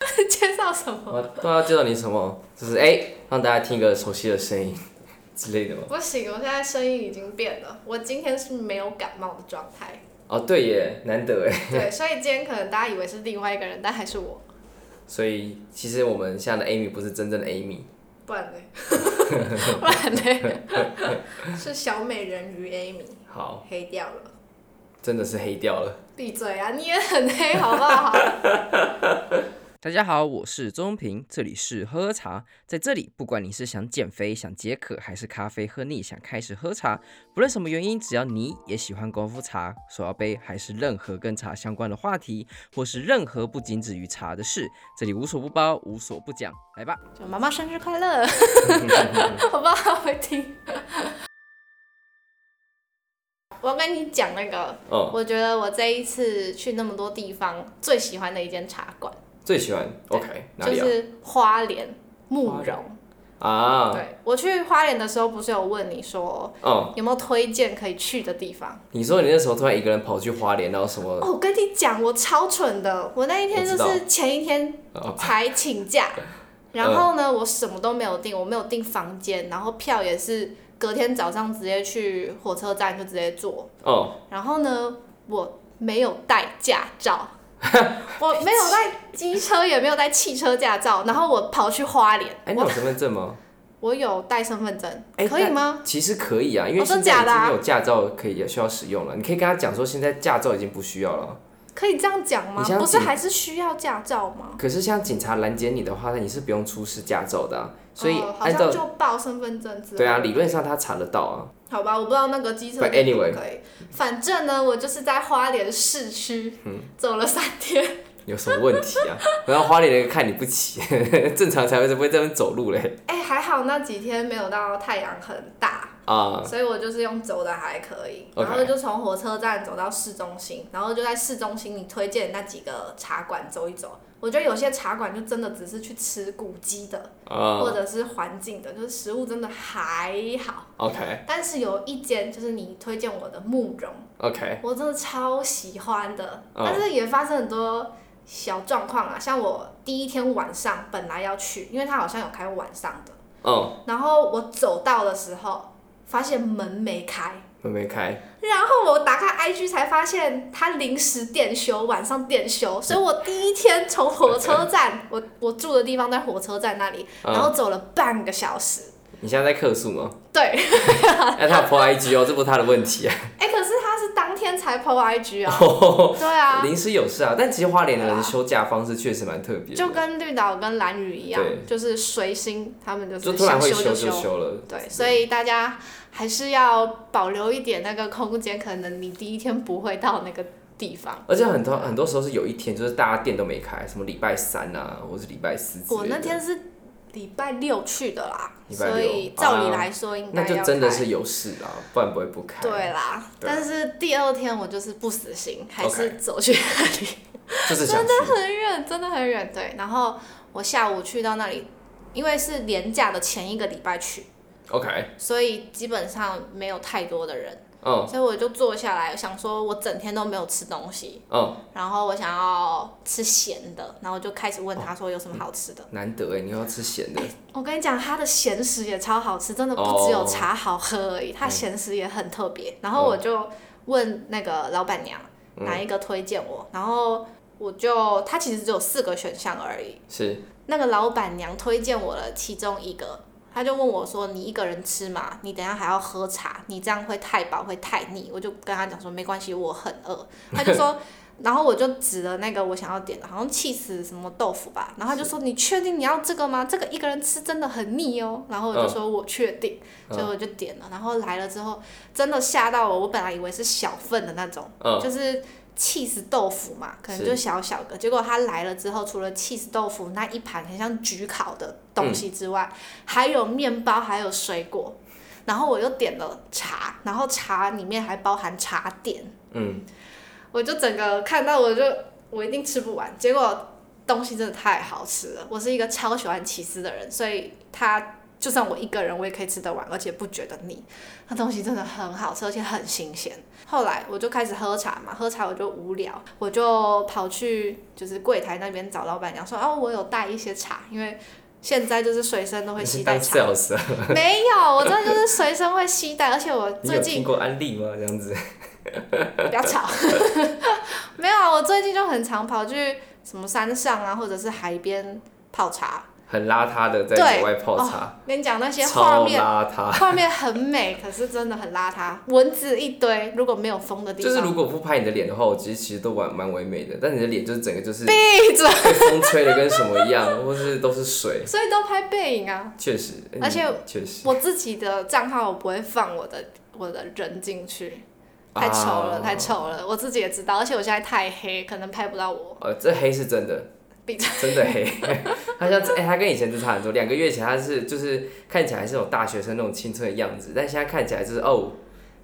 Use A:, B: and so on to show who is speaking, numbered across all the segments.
A: 到什么？
B: 我不知道介绍你什么，就是哎、让大家听一个熟悉的声音 之类的嘛。
A: 不行，我现在声音已经变了。我今天是没有感冒的状态，
B: 哦，对耶，难得哎。
A: 对，所以今天可能大家以为是另外一个人，但还是我。
B: 所以其实我们现在的 Amy 不是真正的 Amy，
A: 不然呢？不然呢？是小美人鱼 Amy
B: 好，
A: 黑掉了。
B: 真的是黑掉了。
A: 闭嘴啊！你也很黑，好不好？
C: 大家好，我是钟平，这里是喝喝茶。在这里，不管你是想减肥、想解渴，还是咖啡喝腻想开始喝茶，不论什么原因，只要你也喜欢功夫茶、手摇杯，还是任何跟茶相关的话题，或是任何不仅止于茶的事，这里无所不包，无所不讲。来吧，
A: 就妈妈生日快乐，好不好？会听。我要跟你讲那个，
B: 哦，
A: 我觉得我这一次去那么多地方，最喜欢的一间茶馆
B: 最喜欢 OK 哪
A: 就
B: 里啊？
A: 是花莲慕
B: 花
A: 容。
B: 啊，
A: 对，我去花莲的时候，不是有问你说
B: 哦，
A: 有没有推荐可以去的地方？
B: 你说你那时候突然一个人跑去花莲，然后什么？
A: 哦，我跟你讲，我超蠢的，我那一天就
B: 嗯我知
A: 是前一天
B: 哦
A: 才请假， 然后呢，我什么都没有订，我没有订房间，然后票也是隔天早上直接去火车站就直接坐，
B: 哦，
A: 然后呢，我没有带驾 照，我没有带机车，也没有带汽车驾照，然后我跑去花莲，
B: 哎，你
A: 我
B: 有身份证吗？
A: 我有带身份证，
B: 哎
A: 可以
B: 但
A: 吗？
B: 其实可以啊，因
A: 哦
B: 为
A: 真
B: 现在
A: 假
B: 已
A: 的啊
B: 经没有驾照可以也需要使用了。你可以跟他讲说，现在驾照已经不需要了。
A: 可以这样讲吗
B: 你？相
A: 不是
B: 信
A: 还是需要驾照吗？
B: 可是像警察拦截你的话，那你是不用出示驾照的、啊，所以
A: 哦好
B: 按照、
A: 像就报身份证之类的
B: 对啊，理论上他查得到啊。
A: 好吧，我不知道那个机车
B: But
A: 可不
B: anyway
A: 可以。反正呢，我就是在花莲市区、
B: 嗯
A: 走了三天，
B: 有什么问题啊？ 然后花莲人看你不起， 正常才会不会在那边走路嘞
A: 哎、还好那几天没有到太阳很大，
B: 啊！
A: 所以我就是用走的还可以。
B: OK
A: 然后就从火车站走到市中心，然后就在市中心你推荐的那几个茶馆走一走。我觉得有些茶馆就真的只是去吃古迹的，
B: 啊
A: 或者是环境的，就是食物真的还好。
B: ，OK
A: 但是有一间就是你推荐我的慕容，
B: OK，
A: 我真的超喜欢的，
B: 哎嗯
A: 但是也发生很多小状况啊。像我第一天晚上本来要去，因为它好像有开晚上的，
B: 哦，
A: 然后我走到的时候发现门没开，
B: 门没开，
A: 然后我打开 IG 才发现它临时店休，晚上店 休，所以我第一天从火车站，我我住的地方在火车站那里，
B: 嗯
A: 然后走了半个小时。
B: 你现在在客诉吗？
A: 对，
B: 哎，他有 po IG 哦，这不是他的问题啊。
A: 哎、可是它是当天才 PO IG 啊，
B: 哦
A: 对啊，
B: 临时有事啊，但其实花莲的
A: 对
B: 人
A: 啊
B: 休假方式确实蛮特别的，
A: 就跟绿岛跟蓝屿一样
B: 对，
A: 就是随心，他们就是
B: 就突
A: 想
B: 然会
A: 休
B: 休就
A: 休。
B: 休了。
A: 对，所以大家还是要保留一点那个空间，可能你第一天不会到那个地方。
B: 而且很多很多时候是有一天，就是大家店都没开，什么礼拜三啊，或是礼拜四之类的。
A: 我那天是礼拜六去的啦，
B: 礼拜六啊
A: 所以照理来说应该
B: 那
A: 要开。
B: 就真的是有事啊，不然不会不开。
A: 对，啦，
B: 对啊
A: 但是第二天我就是不死心，还是
B: OK
A: 走去那里。
B: 就是想去。
A: 很远，真的很远。对，然后我下午去到那里，因为是连假的前一个礼拜去，
B: OK，
A: 所以基本上没有太多的人，
B: 嗯
A: 所以我就坐下来想说，我整天都没有吃东西，
B: 嗯，
A: 然后我想要吃咸的，然后我就开始问他说有什么好吃的。
B: 难得哎，你要吃咸的，
A: 我跟你讲，它的咸食也超好吃，真的不只有茶好喝而已，它咸食也很特别。然后我就问那个老板娘哪一个推荐我，然后我就它其实只有四个选项而已，
B: 是
A: 那个老板娘推荐我了其中一个，她就问我说：“你一个人吃嘛？你等一下还要喝茶，你这样会太饱，会太腻。”我就跟她讲说：“没关系，我很饿。”她就说，然后我就指了那个我想要点的，好像气死什么豆腐吧。然后她就说：“你确定你要这个吗？这个一个人吃真的很腻哦。”然后我就说：“我确定。
B: 嗯
A: 所以我就点了。然后来了之后，真的吓到我，我本来以为是小份的那种。
B: 嗯
A: 就是气死豆腐嘛，可能
B: 是
A: 就小小个。结果他来了之后，除了气死豆腐那一盘很像焗烤的东西之外，还有面包，还有水果。然后我又点了茶，然后茶里面还包含茶点。
B: 嗯，
A: 我就整个看到我就我一定吃不完，结果东西真的太好吃了。我是一个超喜欢起司的人，所以它就算我一个人，我也可以吃得完，而且不觉得腻。那东西真的很好吃，而且很新鲜。后来我就开始喝茶嘛，喝茶我就无聊，我就跑去就是柜台那边找老板娘说，哦，我有带一些茶，因为现在就是随身都会携带
B: 当
A: 茶。
B: sales，啊
A: 没有，我真的就是随身会携带，而且我
B: 你
A: 最
B: 有
A: 近
B: 听过安利吗？这样子，
A: 不要吵。 没有啊，我最近就很常跑去什么山上啊，或者是海边泡茶。
B: 很邋遢的在
A: 对
B: 野外泡茶，
A: 跟你讲那些画
B: 超
A: 面，
B: 邋遢。
A: 画面很美，可是真的很邋遢，蚊子一堆。如果没有风的地
B: 就
A: 方，
B: 是如果不拍你的脸的话，我其实其实都蛮蛮唯美的，但你的脸就是整个就是
A: 闭嘴，
B: 被风吹的跟什么一样，或是都 是水，
A: 所以都拍背影啊。
B: 确实，嗯
A: 而且
B: 确实
A: 我自己的账号我不会放我的我的人进去，太丑了，
B: 啊
A: 太丑了，我自己也知道。而且我现在太黑，可能拍不到我。
B: 呃，这黑是真的
A: 闭嘴，
B: 真的黑。 他像哎、他跟以前真差很多。两个月前他是就是看起来是那种大学生那种青春的样子，但现在看起来就是哦，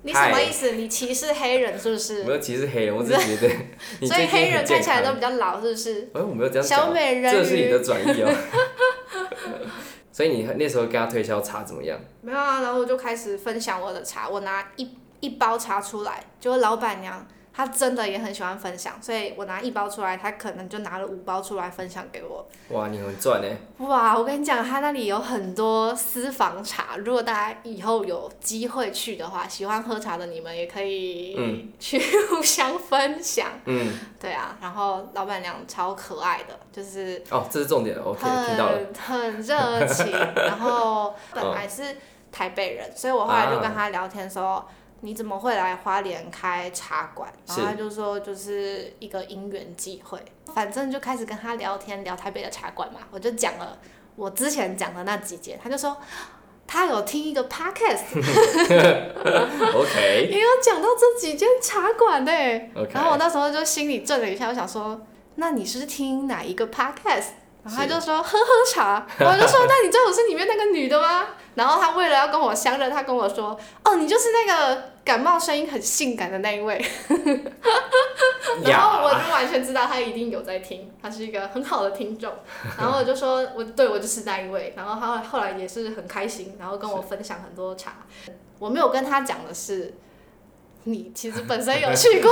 A: 你什么
B: 嗨
A: 意思？你歧视黑人是不是？
B: 没有歧视黑人，我只 是觉得你
A: 所以
B: 最近
A: 黑人
B: 很健
A: 看起来
B: 康
A: 都比较老，是不是？
B: 哎、我没有这样
A: 小
B: 讲，
A: 美人鱼，
B: 这是你的转移哦。 所以你那时候跟他推销茶怎么样？
A: 没有啊，然后我就开始分享我的茶，我拿一一包茶出来，结果老板娘她真的也很喜欢分享，所以我拿一包出来，她可能就拿了五包出来分享给我。
B: 哇，你很赚哎！
A: 哇，我跟你讲，她那里有很多私房茶，如果大家以后有机会去的话，喜欢喝茶的你们也可以
B: 嗯
A: 去互相分享。
B: 嗯，
A: 对啊，然后老板娘超可爱的，就是
B: 哦，这是重点，OK，听到了。嗯
A: 很很热 情，然后本来是台北人，所以我后来
B: 啊
A: 就跟他聊天说。你怎么会来花莲开茶馆？然后
B: 是
A: 他就说就是一个因缘际会，反正就开始跟他聊天，聊台北的茶馆嘛。我就讲了我之前讲的那几节，他就说他有听一个 podcast，
B: OK
A: 也有讲到这几间茶馆欸呢、
B: OK，
A: 然后我那时候就心里震了一下，我想说，那你是听哪一个 podcast？然后他
B: 是
A: 就说喝喝茶，我就说那你知道我是里面那个女的吗？然后他为了要跟我相认，他跟我说哦，你就是那个感冒声音很性感的那一位。 然后我
B: 呀，
A: 就完全知道他一定有在听，他是一个很好的听 众。然后我就说，我对我就是那一位。然后他后来也是很开心，然后跟我分享很多茶。我没有跟他讲的是，你其实本身有去过，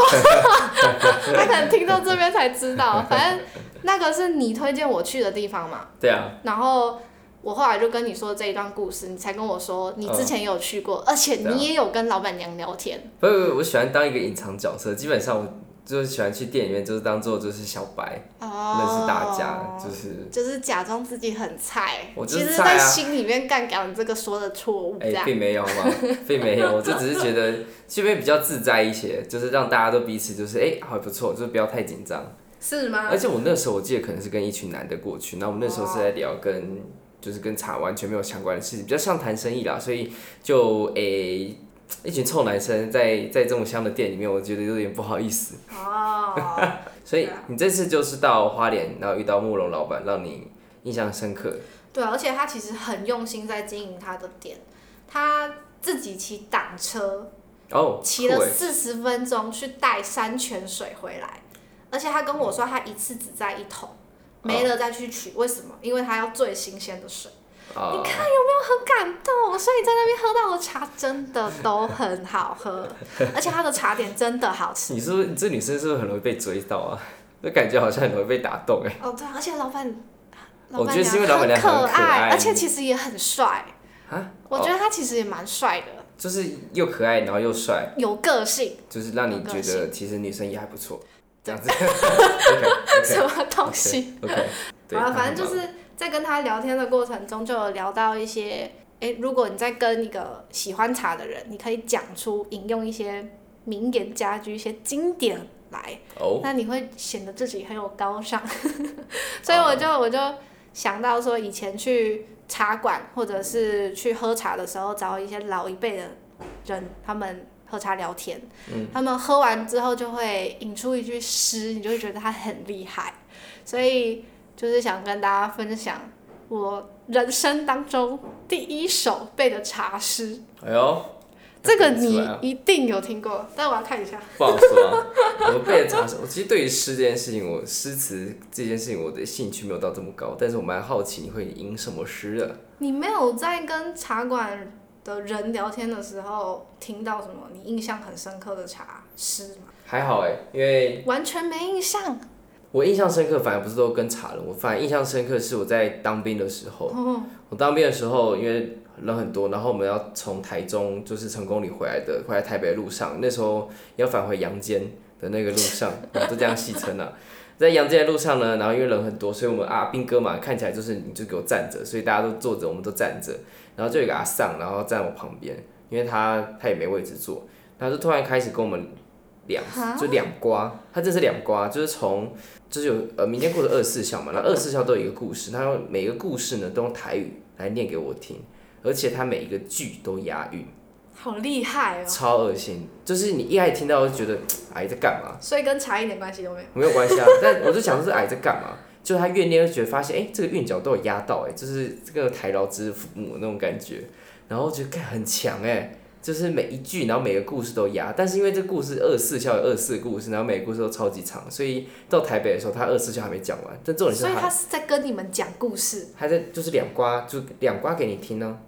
A: 他可能听到这边才知道。反正那个是你推荐我去的地方嘛。
B: 对啊，
A: 然后我后来就跟你说这一段故事，你才跟我说你
B: 嗯
A: 之前也有去过，而且
B: 对啊
A: 你也有跟老板娘聊天。
B: 不不，不我喜欢当一个隐藏角色，基本上我就是喜欢去店里面，就是当做就是小白，
A: 哦
B: 认识大家，就是
A: 就是假装自己很菜，
B: 我就
A: 其
B: 是
A: 实，
B: 菜
A: 在
B: 啊
A: 心里面干掉你这个说的错误，这
B: 哎、
A: 样、
B: 并没 有嘛，并没有，我就只是觉得这边比较自在一些，就是让大家都彼此就是哎、还不错，就是不要太紧张。
A: 是吗
B: 而？且我那时候我记得可能是跟一群男的过去，那我们那时候是在聊跟就是跟茶完全没有相关的事情，比较像谈生意啦，所以就诶、一群臭男生在在这么香的店里面，我觉得有点不好意思。
A: 哦，
B: 所以
A: 对啊
B: 你这次就是到花莲，然后遇到慕容老板，让你印象深刻。
A: 对啊，而且他其实很用心在经营他的店，他自己骑挡车，
B: 哦，
A: 骑
B: 酷
A: 了
B: 欸
A: 四十分钟去带山泉水回来，而且他跟我说他一次只带一桶，没了再去取，为什么？因为他要最新鲜的水。
B: 啊！
A: 很感动，所以在那边喝到的茶真的都很好 喝，而且他的茶点真的好吃。
B: 你是不是这女生是不是很容易被追到啊？ 就感觉好像很容易被打动哎、
A: 哦，对，而且老板，老
B: 我
A: 板
B: 觉得是因为老板娘
A: 很
B: 很可
A: 爱，
B: 爱
A: 而且其实也很帅。
B: 啊，
A: 我觉得他其实也蛮帅的，
B: 就是又可爱，然后又帅，
A: 有个性，
B: 就是让你觉
A: 有个
B: 得
A: 性
B: 其实女生也还不错，这
A: 对
B: 样子。OK
A: 什
B: OK
A: 么东西？
B: OK，对，
A: 啊，
B: 那
A: 反正
B: 很
A: 就
B: 棒
A: 是在跟他聊天的过程中，就有聊到一些，诶，如果你在跟一个喜欢茶的人，你可以讲出引用一些名言佳句、一些经典来。
B: 哦，
A: 那你会显得自己很有高尚， 所以我就我就想到说，以前去茶馆或者是去喝茶的时候，找一些老一辈的人，他们喝茶聊天，他们喝完之后就会引出一句诗，你就会觉得他很厉害，所以就是想跟大家分享我人生当中第一首背的茶诗。
B: 哎呦，
A: 这个
B: 看得出
A: 你
B: 来啊
A: 一定有听过，但我要看一下。
B: 不好说啊。我背的查什么？ 其实对于诗这件事情，我诗词这件事情，我的兴趣没有到这么高，但是我蛮好奇你会吟什么诗的。
A: 你没有在跟茶馆的人聊天的时候听到什么你印象很深刻的茶诗吗？
B: 还好哎、因为
A: 完全没印象。
B: 我印象深刻，反而不是都跟茶了，我反而印象深刻是我在当兵的时候。我当兵的时候，因为人很多，然后我们要从台中就是成功里回来的，回来台北的路上，那时候要返回阳间的那个路上，我们都这样戏称啊。在阳间的路上呢，然后因为人很多，所以我们啊兵哥嘛，看起来就是你就给我站着，所以大家都坐着，我们都站着，然后就有一个阿丧，然后站我旁边，因为他他也没位置坐，然后就突然开始跟我们两
A: 哈
B: 就两瓜，他这是两瓜，就是从就是有呃民间故事二十四孝嘛，然后二十四孝都有一个故事，他用每个故事呢都用台语来念给我听，而且他每一个句都押韵，
A: 好厉害哦！
B: 超恶心。就是你一开始听到就觉得哎在干嘛，
A: 所以跟茶一点关系都没有。
B: 没有关系啊，但我就想说这哎在干嘛。就他越念就觉得发现，哎、这个韵脚都有压到、哎，就是这个台劳之父母那种感觉，然后觉得干很强哎、就是每一句，然后每个故事都押，但是因为这故事二十四孝有二十四故事，然后每个故事都超级长，所以到台北的时候，他二十四孝还没讲完，但重点是
A: 所以
B: 他
A: 他是在跟你们讲故事
B: 还在就是两瓜，就两瓜给你听哦呢、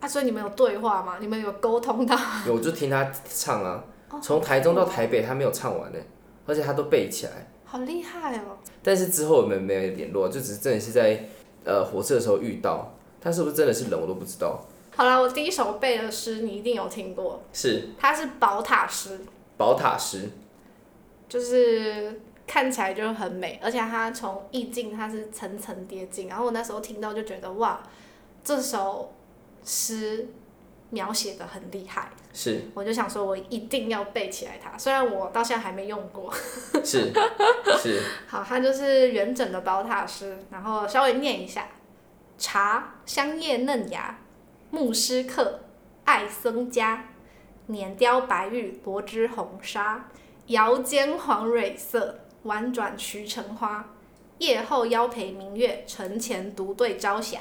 A: 啊，所以你们有对话吗？你们有沟通到？
B: 有我就听他唱啊，从台中到台北他没有唱完呢、而且他都背起来。
A: 好厉害哦！
B: 但是之后我们没有联络，就只是真的是在呃火车的时候遇到，他是不是真的是人我都不知道。
A: 好啦，我第一首背的诗你一定有听过，
B: 是
A: 它是宝塔诗，
B: 宝塔石，
A: 就是看起来就很美，而且它从意境它是层层叠进，然后我那时候听到就觉得哇，这首诗描写的很厉害，
B: 是
A: 我就想说我一定要背起来它，虽然我到现在还没用过。
B: 是是，
A: 好，它就是圆整的宝塔诗，然后稍微念一下：茶香叶嫩芽，牧师客，爱僧家，碾雕白玉罗织红纱，摇肩黄蕊色，婉转徐成花。夜后邀陪明月，晨前独对朝霞。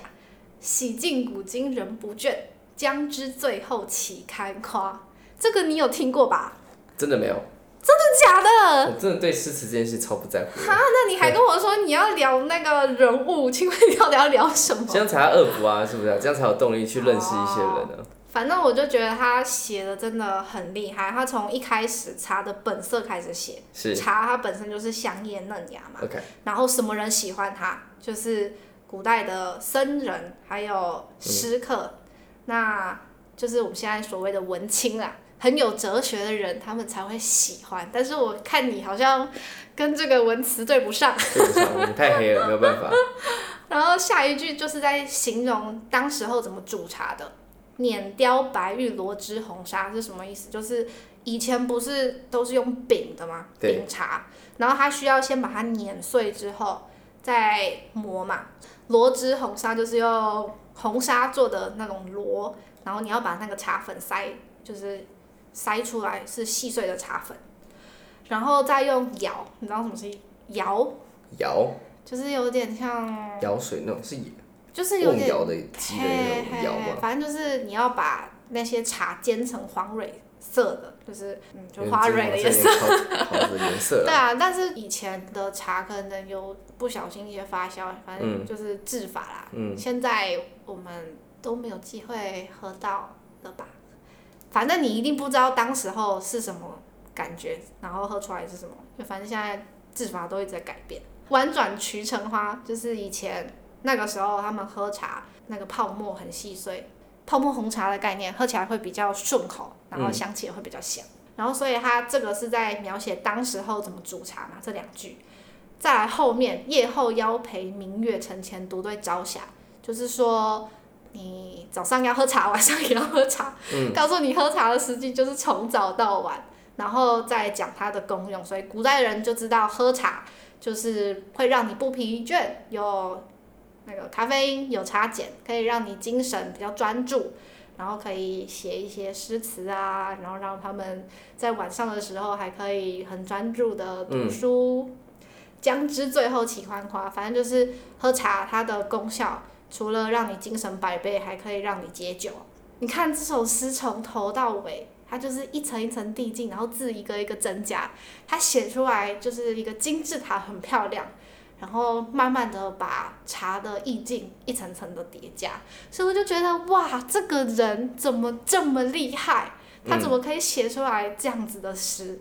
A: 洗尽古今人不倦，将知醉后岂堪夸。这个你有听过吧？
B: 真的没有，
A: 真的假的？
B: 我真的对诗词这件事超不在乎的。
A: 哈，那你还跟我说你要聊那个人物，请问你要聊聊什么
B: 这？样才要恶补啊，是不是、啊？这样才有动力去认识一些人啊。
A: 反正我就觉得他写的真的很厉害，他从一开始茶的本色开始写，
B: 是
A: 茶它本身就是香叶嫩芽嘛，
B: ，OK，
A: 然后什么人喜欢它，就是古代的僧人，还有诗客，那就是我们现在所谓的文青啦，很有哲学的人，他们才会喜欢。但是我看你好像跟这个文词对不上。
B: 对不上，你太黑了，没有办法。
A: 然后下一句就是在形容当时候怎么煮茶的，“碾雕白玉罗织红纱”是什么意思？就是以前不是都是用饼的吗？
B: 对
A: 饼茶，然后它需要先把它碾碎之后再磨嘛。罗织红纱就是用红纱做的那种罗，然后你要把那个茶粉筛，就是筛出来是细碎的茶粉，然后再用摇，你知道什么是摇？
B: 摇
A: 就是有点像。
B: 摇水那种是
A: 就是有
B: 瓮
A: 点
B: 窑的鸡的那
A: 嘿
B: 种
A: 嘿
B: 摇吗？
A: 反正就是你要把那些茶煎成黄蕊色的，就是嗯，就花蕊的颜色。
B: 色，桃子的颜色
A: 对
B: 啦。
A: 啊，但是以前的茶可能有不小心一些发酵，反正就是制法啦。
B: 嗯，
A: 现在我们都没有机会喝到了吧？反正你一定不知道当时候是什么感觉，然后喝出来是什么。就反正现在制法都一直在改变。婉转渠橙花就是以前那个时候他们喝茶，那个泡沫很细碎，泡沫红茶的概念，喝起来会比较顺口，然后香气也会比较香。然后所以它这个是在描写当时候怎么煮茶嘛，这两句。再来后面，夜后邀陪明月城前独对朝霞，就是说你早上要喝茶，晚上也要喝茶，告诉你喝茶的时机就是从早到晚，然后再讲它的功用。所以古代人就知道喝茶就是会让你不疲倦，有那个咖啡因，有茶碱，可以让你精神比较专注。然后可以写一些诗词啊，然后让他们在晚上的时候还可以很专注的读书。将之最后起欢花，反正就是喝茶它的功效，除了让你精神百倍，还可以让你解酒。你看这首诗从头到尾，它就是一层一层递进，然后字一个一个增加，它写出来就是一个金字塔，很漂亮。然后慢慢的把茶的意境一层层的叠加，所以我就觉得哇，这个人怎么这么厉害？他怎么可以写出来这样子的诗？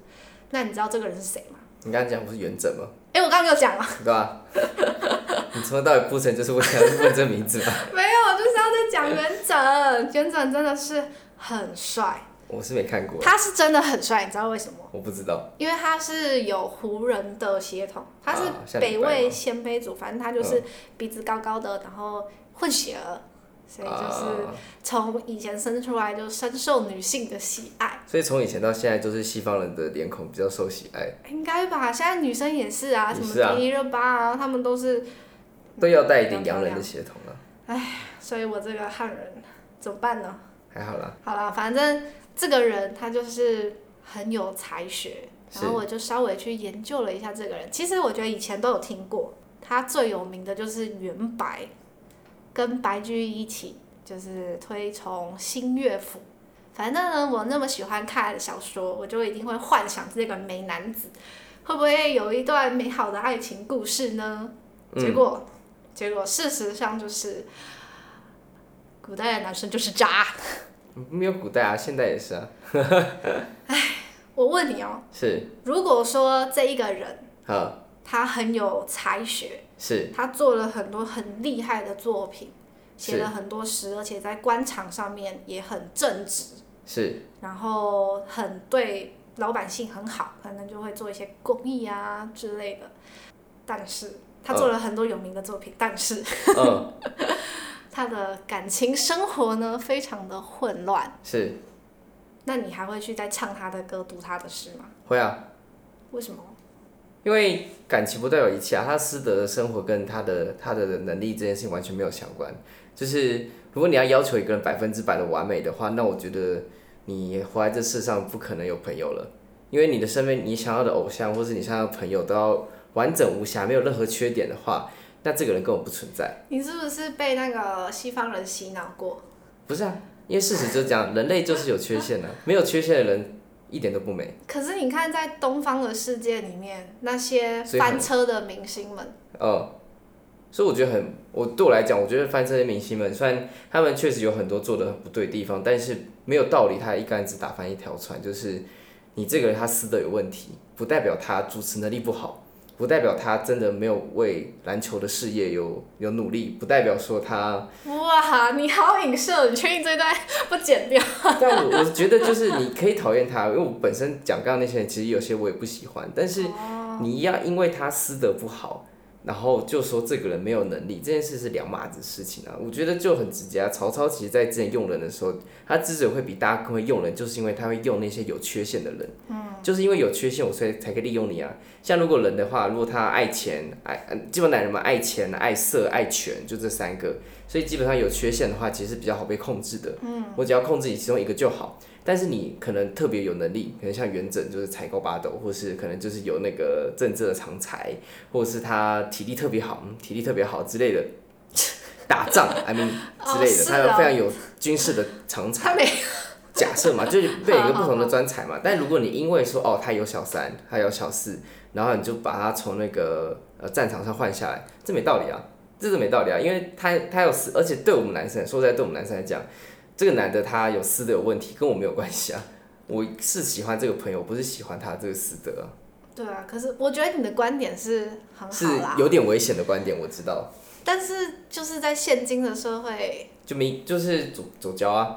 A: 那你知道这个人是谁吗？
B: 你刚刚讲不是元稹吗？
A: 哎，我刚刚没有讲啊，
B: 对吧？ 你从头到尾铺陈就是为了问这名字吧？
A: 没有，我就是要在讲元稹。 元稹真的是很帅，
B: 我是没看过，
A: 他是真的很帅，你知道为什么？
B: 我不知道。
A: 因为他是有胡人的血统，他
B: 啊
A: 是
B: 像嗯李白
A: 北
B: 吗
A: 魏鲜卑族，反正他就是鼻子高高的，然后混血儿，所以就是
B: 啊，
A: 从以前生出来就深受女性的喜爱，
B: 所以从以前到现在，就是西方人的脸孔比较受喜爱，
A: 应该吧？现在女生也是啊，
B: 也
A: 什么
B: 是啊
A: 迪丽热巴啊，他们都是嗯
B: 都要带一点洋人的血统啊，
A: 所以我这个汉人怎么办呢？
B: 还好啦。
A: 好啦，反正这个人他就是很有才学，
B: 是
A: 然后我就稍微去研究了一下这个人。其实我觉得以前都有听过，他最有名的就是元白，跟白居易一起就是推崇新乐府。反正呢，我那么喜欢看小说，我就一定会幻想这个美男子会不会有一段美好的爱情故事呢？结
B: 嗯，
A: 果，结果事实上就是，古代的男生就是渣。
B: 没有古代啊，现代也是啊，
A: 我问你哦，
B: 是，
A: 如果说这一个人
B: 好，
A: 他很有才学，
B: 是，
A: 他做了很多很厉害的作品，
B: 是
A: 写了很多诗，而且在官场上面也很正直，
B: 是，
A: 然后很对老百姓很好，可能就会做一些公益啊之类的。但是他做了很多有名的作品，但是
B: 嗯，
A: 他的感情生活呢非常的混乱。
B: 是，
A: 那你还会去再唱他的歌、读他的诗吗？
B: 会啊，
A: 为什么？
B: 因为感情不代表一切啊，他师德的生活跟他的他的能力这件事情完全没有相关。就是如果你要要求一个人百分之百的完美的话，那我觉得你活在这世上不可能有朋友了，因为你的身边你想要的偶像或是你想要的朋友都要完整无瑕，没有任何缺点的话，那这个人根本不存在。
A: 你是不是被那个西方人洗脑过？
B: 不是啊，因为事实就是这样，人类就是有缺陷的、啊没有缺陷的人一点都不美
A: 可是你看，在东方的世界里面，那些
B: 所以很
A: 翻车的明星们，
B: 嗯，所以我觉得很，我对我来讲，我觉得翻车的明星们，虽然他们确实有很多做的不对的地方，但是没有道理他一竿子打翻一条船。就是你这个人他私德有问题，不代表他主持能力不好，不代表他真的没有为篮球的事业有有努力，不代表说他。
A: 哇，你好影射，你确定这段不剪掉？
B: 但我我觉得就是你可以讨厌他，因为我本身讲刚刚那些人，其实有些我也不喜欢，但是你要因为他私德不好，然后就说这个人没有能力，这件事是两码子事情啊。我觉得就很直接啊。曹操其实在之前用人的时候，他之所以会比大家更会用人，就是因为他会用那些有缺陷的人。嗯，就是因为有缺陷，我所以才可以利用你啊。像如果人的话，如果他爱钱、爱，呃基本男人嘛，爱钱、爱色、爱权，就这三个，所以基本上有缺陷的话，其实是比较好被控制的。嗯，我只要控制你其中一个就好。但是你可能特别有能力，可能像元稹就是才高八斗，或是可能就是有那个政治的长才，或者是他体力特别好，嗯体力特别好之类的，打仗 I mean 之类的，
A: 哦是
B: 他有
A: 哦
B: 非常有军事的长才
A: 他。没
B: 假设嘛，就是被一个
A: 好好
B: 不同的专
A: 嗯
B: 才嘛。但如果你因为说哦，他有小三，他有小四，然后你就把他从那个呃战场上换下来，这没道理啊，这是没道理啊，因为他他有私，而且对我们男生说实在，对我们男生来讲，这个男的他有私德有问题，跟我没有关系啊。 我是喜欢这个朋友，不是喜欢他这个私德啊、
A: 对啊，可是我觉得你的观点是很
B: 是
A: 好啦，
B: 有点危险的观点，我知道。
A: 但是就是在现今的社会，
B: 就没就是左左交啊，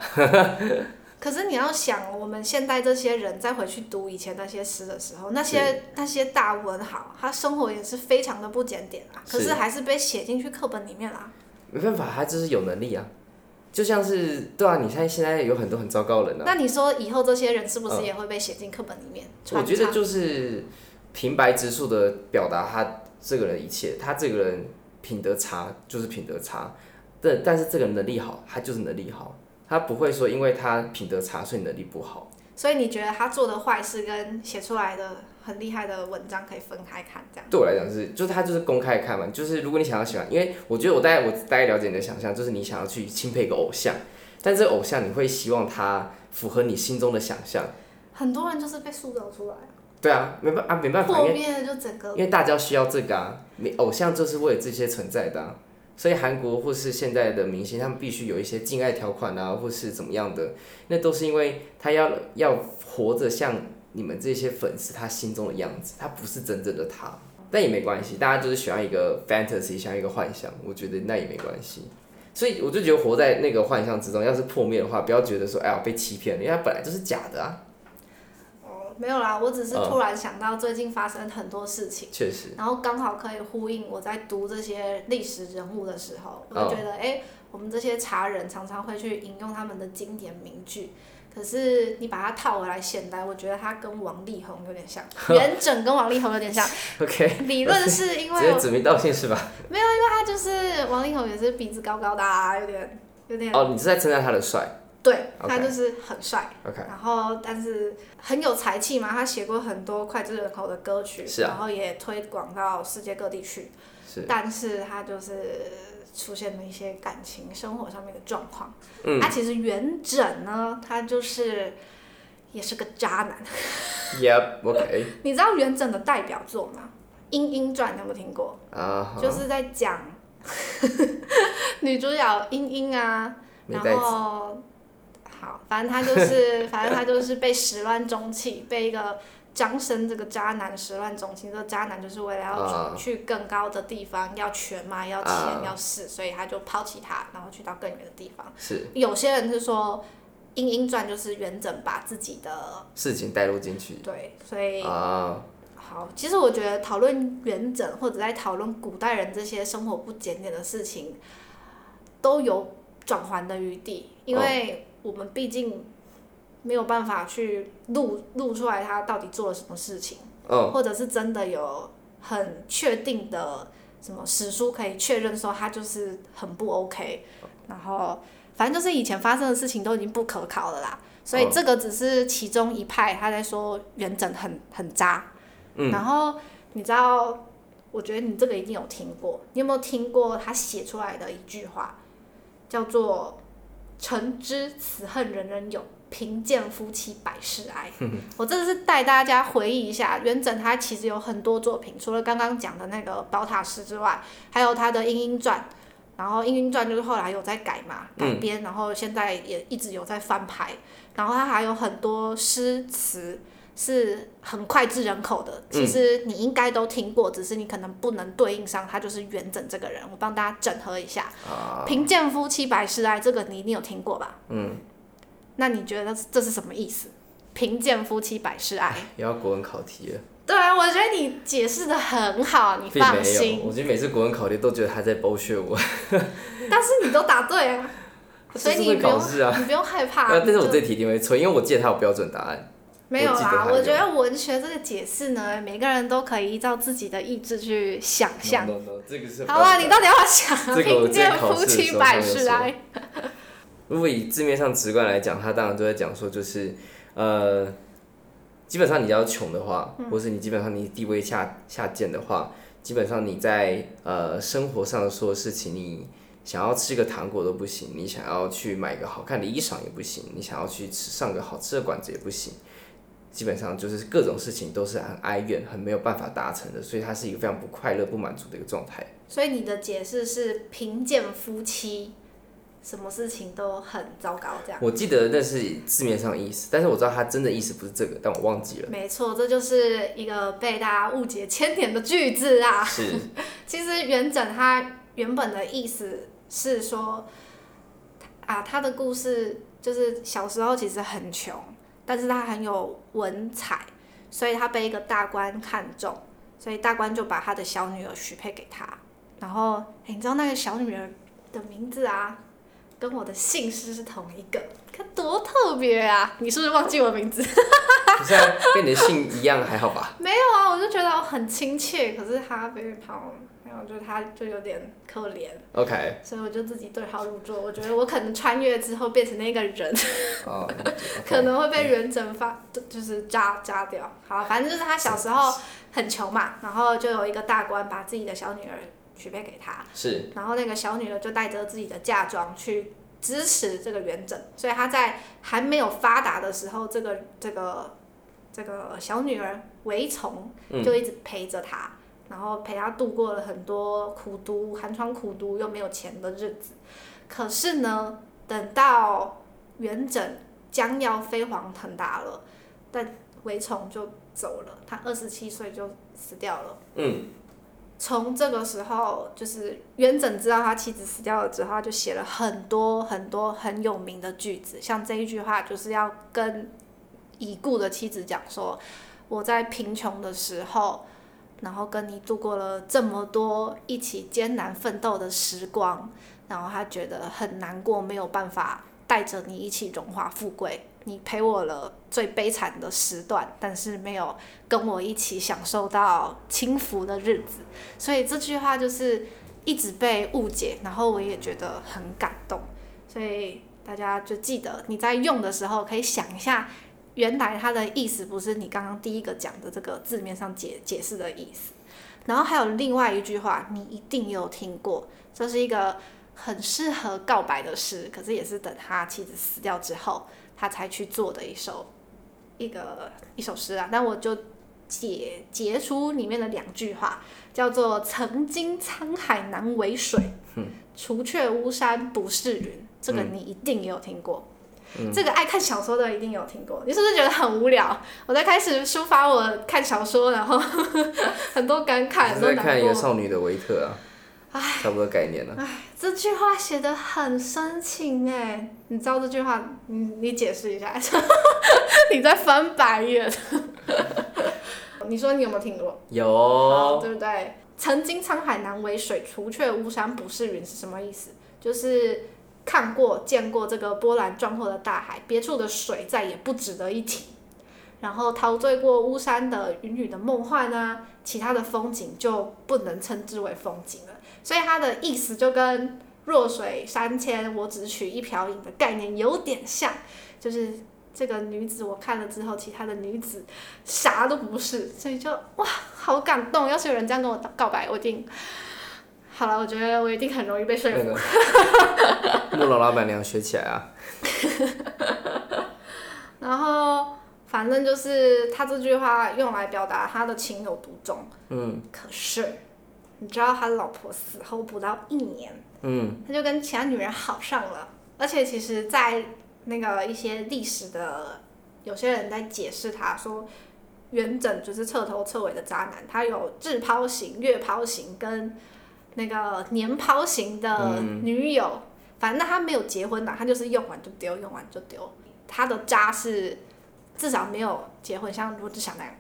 A: 可是你要想，我们现代这些人再回去读以前那些诗的时候，那些那些大文豪，他生活也是非常的不检点啊，可
B: 是
A: 是还是被写进去课本里面啦。
B: 没办法，他就是有能力啊。就像是对啊，你看现在有很多很糟糕的人啊，
A: 那你说以后这些人是不是
B: 嗯
A: 也会被写进课本里面？
B: 我
A: 穿
B: 觉
A: 插
B: 得就是平白直述的表达他这个人一切，他这个人品德差就是品德差，但但是这个人能力好，他就是能力好，他不会说因为他品德差所以能力不好。
A: 所以你觉得他做的坏事跟写出来的很厉害的文章可以分开看，这样？
B: 对我来讲是，就是他就是公开看嘛，就是如果你想要喜欢，因为我觉得我大概我大概了解你的想象，就是你想要去钦佩一个偶像，但这个偶像你会希望他符合你心中的想象。
A: 很多人就是被塑造出来，
B: 对啊，没办啊，没办法，因
A: 破
B: 为
A: 灭了就整个
B: 因为大家需要这个啊，你偶像就是为了这些存在的、啊，所以韩国或是现在的明星，他们必须有一些禁爱条款啊，或是怎么样的，那都是因为他要要活着像你们这些粉丝他心中的样子，他不是真正的他，但也没关系，大家就是喜欢一个 fantasy，喜欢一个幻想，我觉得那也没关系。所以我就觉得活在那个幻象之中，要是破灭的话，不要觉得说哎呀被欺骗了，因为它本来就是假的啊，
A: 哦没有啦，我只是
B: 嗯
A: 突然想到最近发生很多事情。
B: 确实。
A: 然后刚好可以呼应我在读这些历史人物的时候，我
B: 嗯
A: 就觉得，哎、我们这些茶人常常会去引用他们的经典名句，可是你把它套回来现代，我觉得它跟王力宏有 点像，元稹跟王力宏有点像。
B: OK，
A: 理论是因
B: 直
A: 为
B: 接
A: 我
B: 指名道姓是吧？
A: 他就是王力宏也是鼻子高高的、啊，有点有点，
B: 哦，你是在称赞他的帅
A: 对
B: OK
A: 他就是很帅。
B: ，OK，
A: 然后，但是很有才气嘛，他写过很多脍炙人口的歌曲，
B: 是啊
A: 然后也推广到世界各地去。
B: 是，
A: 但是他就是出现了一些感情生活上面的状况。
B: 嗯
A: 他其实元稹呢，他就是也是个渣男。
B: ，Yep，OK，
A: 你知道元稹的代表作吗？《莺莺传》你有没有听过？
B: 啊，好
A: 就是在 讲女主角莺莺啊，
B: 没
A: 然
B: 带子，
A: 后好，反正他 就是，反正他就是被始乱终弃，被一个张生这个渣男始乱终弃。这个渣男就是为了
B: 啊
A: 要去更高的地方，要权嘛，要钱，
B: 啊
A: 要势，所以他就抛弃他，然后去到更远的地方。
B: 是
A: 有些人是说。《莺莺传》就是元稹把自己的
B: 事情带入进去
A: 对，所以、
B: 啊，
A: 好，其实我觉得讨论元稹或者在讨论古代人这些生活不检点的事情，都有转圜的余地，因为我们毕竟没有办法去录录出来他到底做了什么事情，
B: 哦，
A: 或者是真的有很确定的什么史书可以确认说他就是很不 OK，然后反正就是以前发生的事情都已经不可考了啦，所以
B: 哦
A: 这个只是其中一派他在说元稹很很渣。
B: 嗯，
A: 然后你知道，我觉得你这个一定有听过，你有没有听过他写出来的一句话，叫做“诚知此恨人人有，贫贱夫妻百事哀” 。我这是带大家回忆一下，元稹他其实有很多作品，除了刚刚讲的那个《宝塔诗》之外，还有他的《莺莺传》。然后《莺莺传》就是后来有在改嘛，改
B: 嗯
A: 编，然后现在也一直有在翻拍。然后他还有很多诗词是很脍炙人口的，
B: 嗯
A: 其实你应该都听过，只是你可能不能对应上他就是元稹这个人。我帮大家整合一下，
B: 啊，
A: 贫贱夫妻百事哀”这个你一定有听过吧？
B: 嗯，
A: 那你觉得这是什么意思？贫贱夫妻百事 哀。
B: 又要国文考题了，
A: 对啊，我觉得你解释的很好，你
B: 并
A: 放
B: 没有，
A: 心。
B: 我觉得每次国文考题都觉得他在剥削我，
A: 但是你都答对 啊， 所以
B: 这
A: 你
B: 是会
A: 不用
B: 考试啊，
A: 你不用害怕。
B: 啊，但是我
A: 就
B: 这题一定会错，因为我记得他有标准答案，
A: 没有
B: 我记得
A: 啦，
B: 还
A: 我
B: 有
A: 觉得文学这个解释呢，每个人都可以依照自己的意志去想象。
B: No, no, no，这嗯个是
A: 好吧，你到底要不要想啊？
B: 这个 我
A: 贫
B: 之
A: 贱
B: 前考
A: 夫
B: 试的时
A: 妻
B: 候
A: 百
B: 就有
A: 事
B: 说
A: 哀。
B: 如果以字面上直观来讲，他当然就在讲说，就是呃，基本上你要穷的话，或是你基本上你地位下下贱的话，基本上你在呃生活上的所有事情，你想要吃个糖果都不行，你想要去买个好看的衣裳也不行，你想要去吃上个好吃的馆子也不行。基本上就是各种事情都是很哀怨、很没有办法达成的，所以它是一个非常不快乐、不满足的一个状态。
A: 所以你的解释是贫贱夫妻，什么事情都很糟糕这样。
B: 我记得那是字面上的意思，但是我知道它真的意思不是这个，但我忘记了。
A: 没错，这就是一个被大家误解千年的句子啊。
B: 是，
A: 其实元稹他原本的意思是说，啊，他的故事就是小时候其实很穷，但是他很有文采，所以他被一个大官看中，所以大官就把他的小女儿许配给他。然后，诶你知道那个小女儿的名字啊，跟我的姓氏是同一个，看多特别啊！你是不是忘记我名字？
B: 不是啊，跟你的姓一样还好吧？
A: 没有啊，我就觉得我很亲切，可是他被跑，然后就他就有点可怜。
B: OK，
A: 所以我就自己对号入座，我觉得我可能穿越之后变成那个人，
B: 哦、
A: 可能会被元稹发，就就是扎扎掉。好，反正就是他小时候很穷嘛，然后就有一个大官把自己的小女儿许配给他，
B: 是
A: 然后那个小女儿就带着自己的嫁妆去支持这个圆整，所以她在还没有发达的时候，这个这个这个小女儿韦从
B: 嗯
A: 就一直陪着她，然后陪她度过了很多苦读、寒窗苦读又没有钱的日子。可是呢，等到元稹将要飞黄腾达了，但韦崇就走了，他二十七岁就死掉了。
B: 嗯，
A: 从这个时候，就是元稹知道他妻子死掉了之后，他就写了很多很多很有名的句子，像这一句话就是要跟已故的妻子讲说：“我在贫穷的时候，然后跟你度过了这么多一起艰难奋斗的时光，然后他觉得很难过，没有办法带着你一起荣华富贵。”你陪我了最悲惨的时段，但是没有跟我一起享受到轻浮的日子。所以这句话就是一直被误解，然后我也觉得很感动，所以大家就记得你在用的时候可以想一下，原来它的意思不是你刚刚第一个讲的这个字面上解解释的意思。然后还有另外一句话，你一定有听过，这是一个很适合告白的诗，可是也是等他妻子死掉之后，他才去做的一首一个一首诗啊。但我就解截出里面的两句话，叫做“曾经沧海难为水，
B: 嗯
A: 除却巫山不是云”。这个你一定也有听过，
B: 嗯
A: 这个爱看小说的一定有听过。你是不是觉得很无聊？我在开始抒发我看小说，然后 很多感慨，
B: 我
A: 很多
B: 在
A: 难
B: 看一
A: 过
B: 个。少女的维特啊，差不多概念了。
A: 这句话写的很深情哎，你知道这句话，你你解释一下，你在翻白眼。你说你有没有听过？
B: 有，
A: 对不对？曾经沧海难为水，除却巫山不是云是什么意思？就是看过、见过这个波澜壮阔的大海，别处的水再也不值得一提。然后陶醉过巫山的云雨的梦幻啊，其他的风景就不能称之为风景了。所以它的意思就跟“弱水三千，我只取一瓢饮”的概念有点像，就是这个女子我看了之后，其他的女子啥都不是，所以就哇，好感动。要是有人这样跟我告白，我一定好了。我觉得我一定很容易被说
B: 那
A: 服。
B: 个 木老老板娘学起来啊，
A: 然后反正就是他这句话用来表达他的情有独钟。
B: 嗯
A: 可是你知道他老婆死后不到一年，
B: 嗯
A: 他就跟其他女人好上了。而且其实，在那个一些历史的有些人在解释他说，元稹就是彻头彻尾的渣男，他有日抛型、月抛型跟那个年抛型的女友。反正他没有结婚呐，他就是用完就丢，用完就丢。他的渣是至少没有结婚，像罗志祥那样，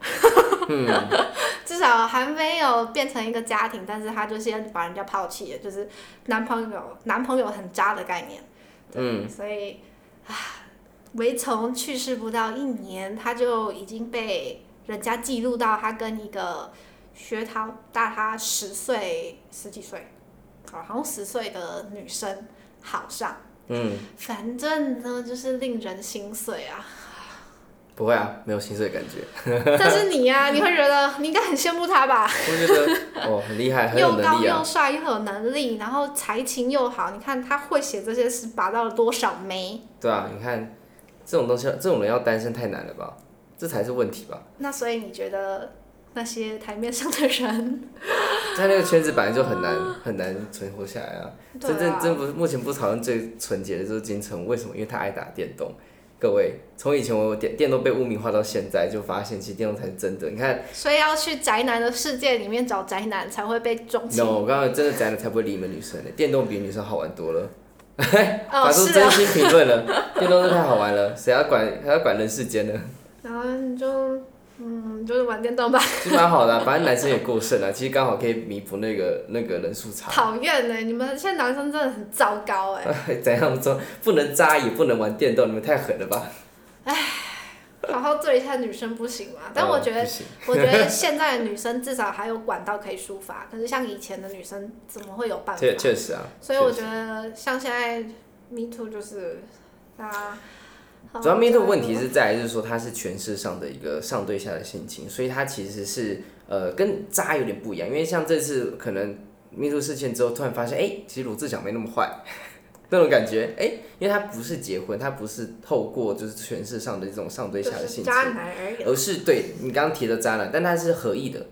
A: 至少还没有变成一个家庭，但是他就先把人家抛弃了，就是男朋友男朋友很渣的概念，
B: 嗯，
A: 所以啊，韦从去世不到一年，他就已经被人家记录到他跟一个学他大他十岁十几岁，好好像十岁的女生好上，
B: 嗯，
A: 反正呢就是令人心碎啊。
B: 不会啊，没有心碎的感觉。
A: 但是你呀、你会觉得你应该很羡慕他吧？
B: 我觉得哦，很厉害，很有
A: 啊又
B: 能
A: 高
B: 力
A: 又
B: 啊。
A: 帅又有能力，然后才情又好，你看他会写这些诗，拔到了多少眉？
B: 对啊，你看这种东西，这种人要单身太难了吧？这才是问题吧？
A: 那所以你觉得那些台面上的人，
B: 在那个圈子本来就很难很难存活下来啊。
A: 对
B: 真正
A: 啊，
B: 真不目前不讨论最纯洁的就是金城武，为什么？因为他爱打电动。各位，从以前我电电动被污名化到现在，就发现其实电动才是真的。你看，
A: 所以要去宅男的世界里面找宅男，才会被钟情。
B: no，我刚刚真的宅男才不会理你们女生呢、电动比女生好玩多了。
A: 哦，
B: 发出
A: 是
B: 真
A: 啊，
B: 心评论了，电动真的太好玩了，谁要管还要管人世间呢？
A: 然后你就嗯，就是玩电动吧，
B: 其实蛮好的、啊，反正男生也过剩了、其实刚好可以弥补那个那个人数差。
A: 讨厌呢。欸你们现在男生真的很糟糕哎、
B: 怎样说不能渣也不能玩电动，你们太狠了吧？
A: 好好对一下女生不行吗？但我觉得
B: 哦不行
A: 我 觉得现在的女生至少还有管道可以抒发，可是像以前的女生怎么会有办法？
B: 确确实啊，
A: 所以我
B: 确实
A: 觉得像现在 Me Too 就是啊，好
B: 主要 me too 问题是在于就是说它是诠释上的一个上对下的心情，所以它其实是呃跟渣有点不一样，因为像这次可能 me too 事件之后，突然发现哎、诶其实罗志祥没那么坏， 那种感觉，哎、因为他不是结婚，他不是透过就是权势上的这种上对
A: 就
B: 下的
A: 是
B: 性
A: 渣
B: 情，
A: 男而已。
B: 而是对你刚刚提的渣男，但他是合意的，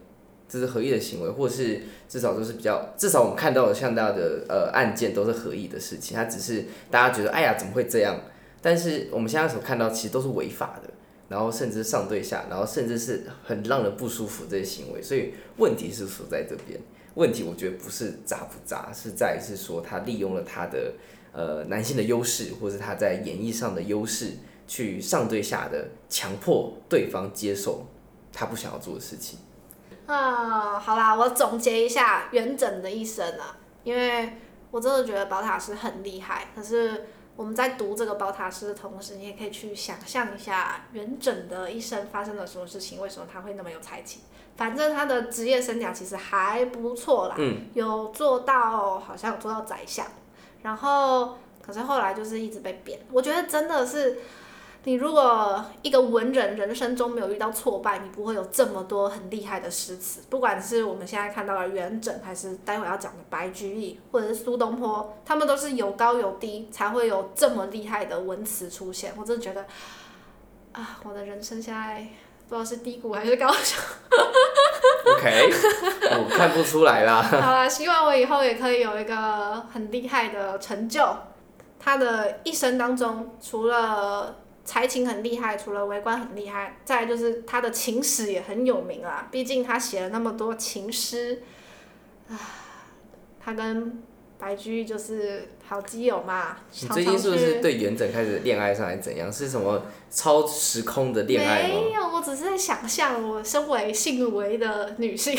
B: 这是合意的行为，或是至少都是比较，至少我们看到的像大家的呃案件都是合意的事情，他只是大家觉得哎呀怎么会这样，但是我们现在所看到其实都是违法的，然后甚至上对下，然后甚至是很让人不舒服这些行为，所以问题是所在这边。问题我觉得不是渣不渣，是在于是说他利用了他的呃男性的优势，或是他在演绎上的优势，去上对下的强迫对方接受他不想要做的事情。
A: 啊、好啦，我总结一下元稹的一生啊，因为我真的觉得宝塔师很厉害。可是我们在读这个宝塔师的同时，你也可以去想象一下元稹的一生发生了什么事情，为什么他会那么有才气？反正他的职业生涯其实还不错啦，
B: 嗯
A: 有做到好像有做到宰相，然后可是后来就是一直被贬。我觉得真的是你如果一个文人人生中没有遇到挫败，你不会有这么多很厉害的诗词。不管是我们现在看到的元稹，还是待会要讲的白居易，或者是苏东坡，他们都是有高有低，才会有这么厉害的文词出现。我真的觉得，啊，我的人生现在不知道是低谷还是高潮。
B: OK，我看不出来啦。
A: 好啦，希望我以后也可以有一个很厉害的成就。他的一生当中，除了才情很厉害，除了为官很厉害，再来就是他的情史也很有名啦。毕竟他写了那么多情诗，啊，他跟白居易就是好基友嘛。
B: 你
A: 常常
B: 嗯最近是不
A: 去
B: 是对元稹开始恋爱上还是怎样？是什么超时空的恋爱吗
A: 没？有，我只是在想象，我身为姓韦的女性，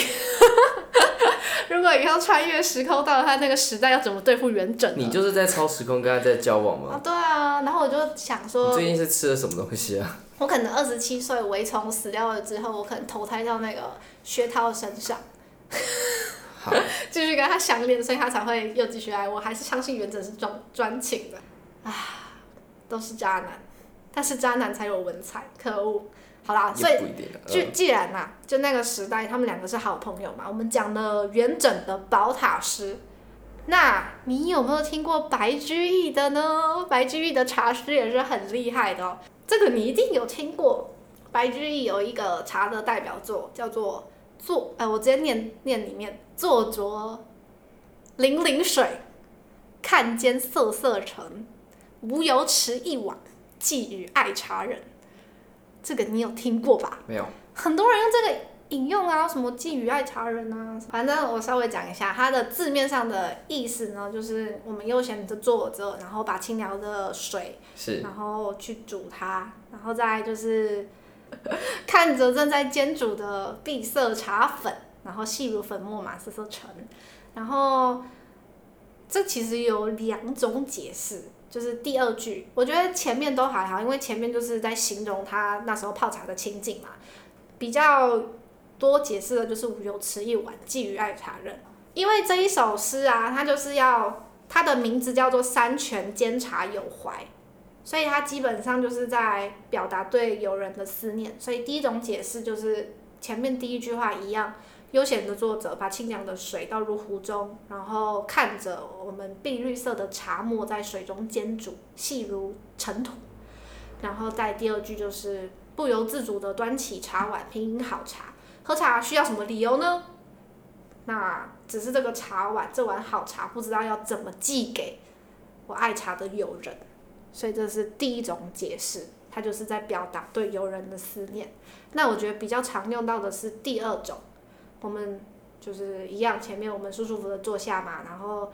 A: 如果以后穿越时空到了他那个时代，要怎么对付啊元稹呢？
B: 你就是在超时空跟他在交往
A: 啊
B: 吗？，
A: 对啊，然后我就想
B: 你
A: 说
B: 最，近是吃了什么东西啊？
A: 我可能二十七岁蛔虫死掉了之后，我可能投胎到那个薛涛身上，
B: 好，
A: 继续跟他相恋，所以他才会又继续爱我。还是相信原则是专专情的，啊，都是渣男，但是渣男才有文采，可恶！好啦，所以
B: 也不一定啊。
A: 就
B: 嗯
A: 既然嘛、就那个时代，他们两个是好朋友嘛。我们讲了元稹的宝塔诗，那你有没有听过白居易的呢？白居易的茶诗也是很厉害的哦，这个你一定有听过。白居易有一个茶的代表作叫做“坐”，哎、我直接念念里面“坐酌零陵水，看间瑟瑟尘，无由持一碗，寄与爱茶人”。这个你有听过吧？
B: 没有，
A: 很多人用这个引用啊，什么寄语爱茶人啊，反正我稍微讲一下它的字面上的意思呢，就是我们悠闲的坐着，然后把清凉的水，
B: 是
A: 然后去煮它，然后再就是 看着正在煎煮的碧色茶粉，然后细如粉末嘛，瑟瑟沉，然后这其实有两种解释。就是第二句，我觉得前面都还好，因为前面就是在形容他那时候泡茶的情景嘛。比较多解释的就是“无由持一碗，寄予爱茶人”，因为这一首诗啊，它就是要它的名字叫做“三泉煎茶有怀”，所以它基本上就是在表达对友人的思念。所以第一种解释就是前面第一句话一样，悠闲的坐着，把清凉的水倒入壶中，然后看着我们碧绿色的茶沫在水中煎煮，细如尘土。然后再第二句就是不由自主的端起茶碗品饮好茶。喝茶需要什么理由呢？那只是这个茶碗，这碗好茶不知道要怎么寄给我爱茶的友人，所以这是第一种解释，它就是在表达对友人的思念。那我觉得比较常用到的是第二种，我们就是一样，前面我们舒舒服服的坐下嘛，然后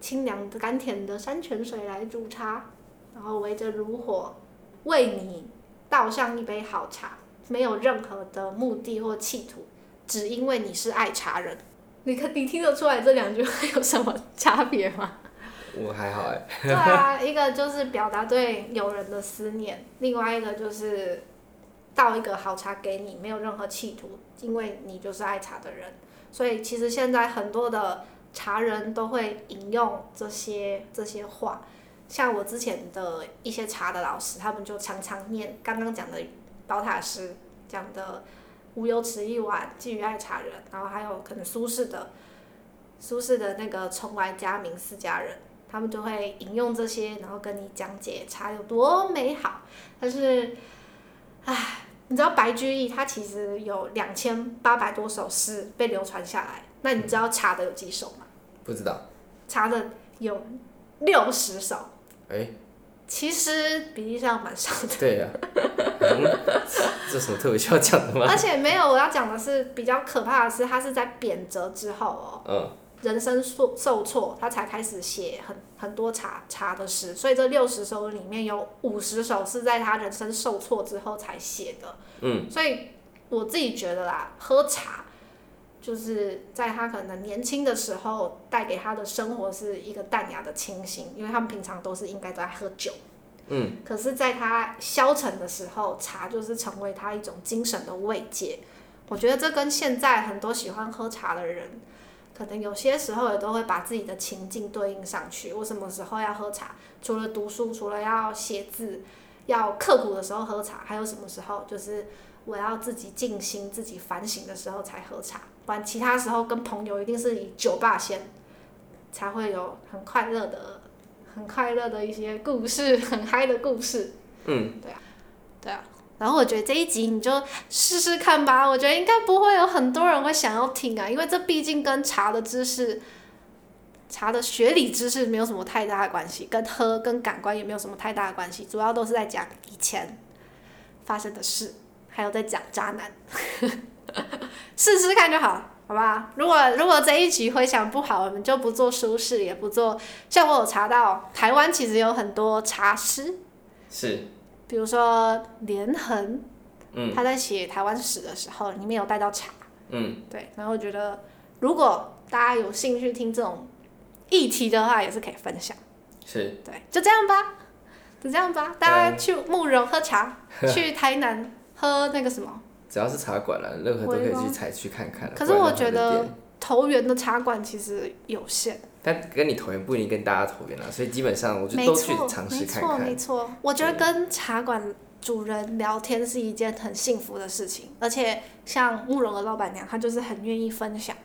A: 清凉的甘甜的山泉水来煮茶，然后围着炉火为你倒上一杯好茶，没有任何的目的或企图，只因为你是爱茶人。你可你听得出来这两句话有什么差别吗？
B: 我还好哎、
A: 对啊，一个就是表达对友人的思念，另外一个就是倒一个好茶给你，没有任何企图，因为你就是爱茶的人。所以其实现在很多的茶人都会引用这些这些话，像我之前的一些茶的老师，他们就常常念刚刚讲的宝塔诗讲的“无由持一碗，寄予爱茶人”，然后还有可能苏轼的苏轼的那个“从来佳明思佳人”，他们就会引用这些，然后跟你讲解茶有多美好。但是，唉，你知道白居易他其实有两千八百多首诗被流传下来，那你知道茶的有几首吗？
B: 不知道，
A: 茶的有六十首，
B: 哎、
A: 其实比例上蛮 少的。
B: 对呀、啊嗯这什么特别需要讲的吗？
A: 而且没有，我要讲的是比较可怕的是，他是在贬谪之后哦，
B: 嗯，
A: 人生受受挫，他才开始写很很多茶茶的诗，所以这六十首里面有五十首是在他人生受挫之后才写的。
B: 嗯，
A: 所以我自己觉得啦，喝茶就是在他可能年轻的时候带给他的生活是一个淡雅的清新，因为他们平常都是应该都在喝酒。
B: 嗯，
A: 可是在他消沉的时候，茶就是成为他一种精神的慰藉。我觉得这跟现在很多喜欢喝茶的人可能有些时候也都会把自己的情境对应上去。我什么时候要喝茶？除了读书，除了要写字，要刻苦的时候喝茶，还有什么时候就是我要自己静心、自己反省的时候才喝茶？不然其他时候跟朋友一定是以酒吧先，才会有很快乐的、很快乐的一些故事，很嗨的故事。
B: 嗯，
A: 对啊，对啊。然后我觉得这一集你就试试看吧，我觉得应该不会有很多人会想要听啊，因为这毕竟跟茶的知识、茶的学理知识没有什么太大的关系，跟喝、跟感官也没有什么太大的关系，主要都是在讲以前发生的事，还有在讲渣男， 试试看就好。好吧，如果如果这一集回想不好，我们就不做舒适，也不做。像我有查到，台湾其实有很多茶师，
B: 是，
A: 比如说连横，
B: 嗯
A: 他在写台湾史的时候，里面有带到茶，
B: 嗯，
A: 对，然后我觉得如果大家有兴趣听这种议题的话，也是可以分享，
B: 是，
A: 对，就这样吧，就这样吧，大家去慕容喝 茶，去台南喝那个什么
B: 只要是茶馆了，任何都可以去采去看看啦。
A: 可是
B: 不然
A: 我
B: 任何的
A: 觉得
B: 店
A: 投缘的茶馆，其实有限，
B: 但跟你投缘不一定跟大家投缘啦，啊所以基本上我就
A: 没
B: 都去
A: 错，
B: 尝试
A: 没
B: 看
A: 错，没
B: 看。
A: 错，我觉得跟茶馆。主人聊天是一件很幸福的事情，而且像慕容的老板娘，她就是很愿意分享。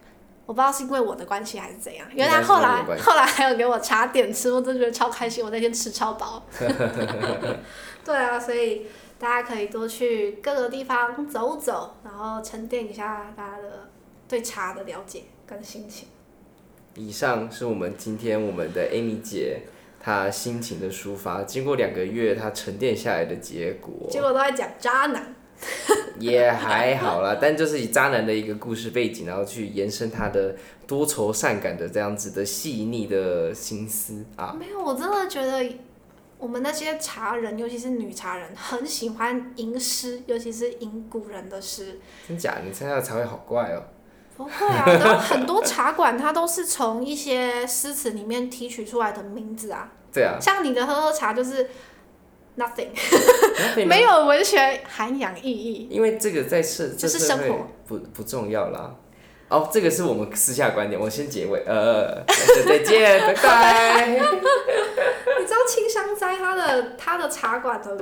A: 我不知道是因为我的关系还是怎样，因为她后来
B: 应该是因为你的关系
A: 后来还有给我茶点吃，我真的觉得超开心，我那天吃超 饱。对啊，所以大家可以多去各个地方走走，然后沉淀一下大家的对茶的了解跟心情。
B: 以上是我们今天我们的 Amy 姐她心情的抒发，经过两个月她沉淀下来的结果，
A: 结果都在讲渣男。
B: 也还好啦， 但就是以渣男的一个故事背景，然后去延伸他的多愁善感的这样子的细腻的心思啊。
A: 没有，我真的觉得我们那些茶人，尤其是女茶人，很喜欢吟诗，尤其是吟古人的诗。
B: 真假？你猜他的才会好怪哦、
A: 不会 啊，然后很多茶馆它都是从一些诗词里面提取出来的名字 啊，
B: 对啊，
A: 像你的喝喝茶就是 nothing，
B: 那
A: 没有文学涵养意义。
B: 因为这个在社
A: 这是
B: 在社
A: 生
B: 会
A: 活
B: 不不重要啦。哦，这个是我们私下观点，我先结尾，呃， 再见，拜拜。
A: 你知道清香斋它的它的茶馆的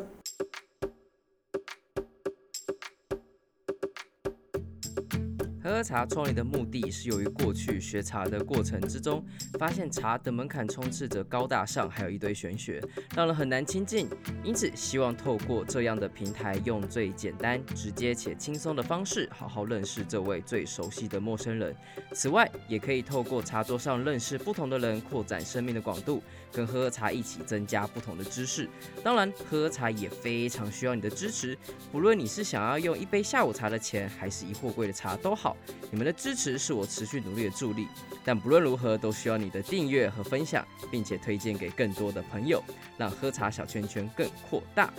C: 喝茶创立的目的是由于过去学茶的过程之中，发现茶的门槛充斥着高大上，还有一堆玄学，让人很难亲近。因此，希望透过这样的平台，用最简单、直接且轻松的方式，好好认识这位最熟悉的陌生人。此外，也可以透过茶桌上认识不同的人，扩展生命的广度，跟喝茶一起增加不同的知识。当然，喝茶也非常需要你的支持，不论你是想要用一杯下午茶的钱，还是一货柜的茶都好，你们的支持是我持续努力的助力。但不论如何，都需要你的订阅和分享，并且推荐给更多的朋友，让喝茶小圈圈更扩大。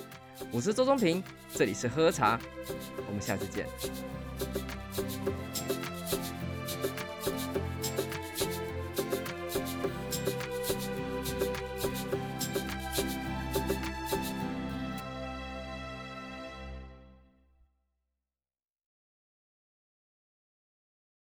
C: 我是周中平，这里是喝茶，我们下次见。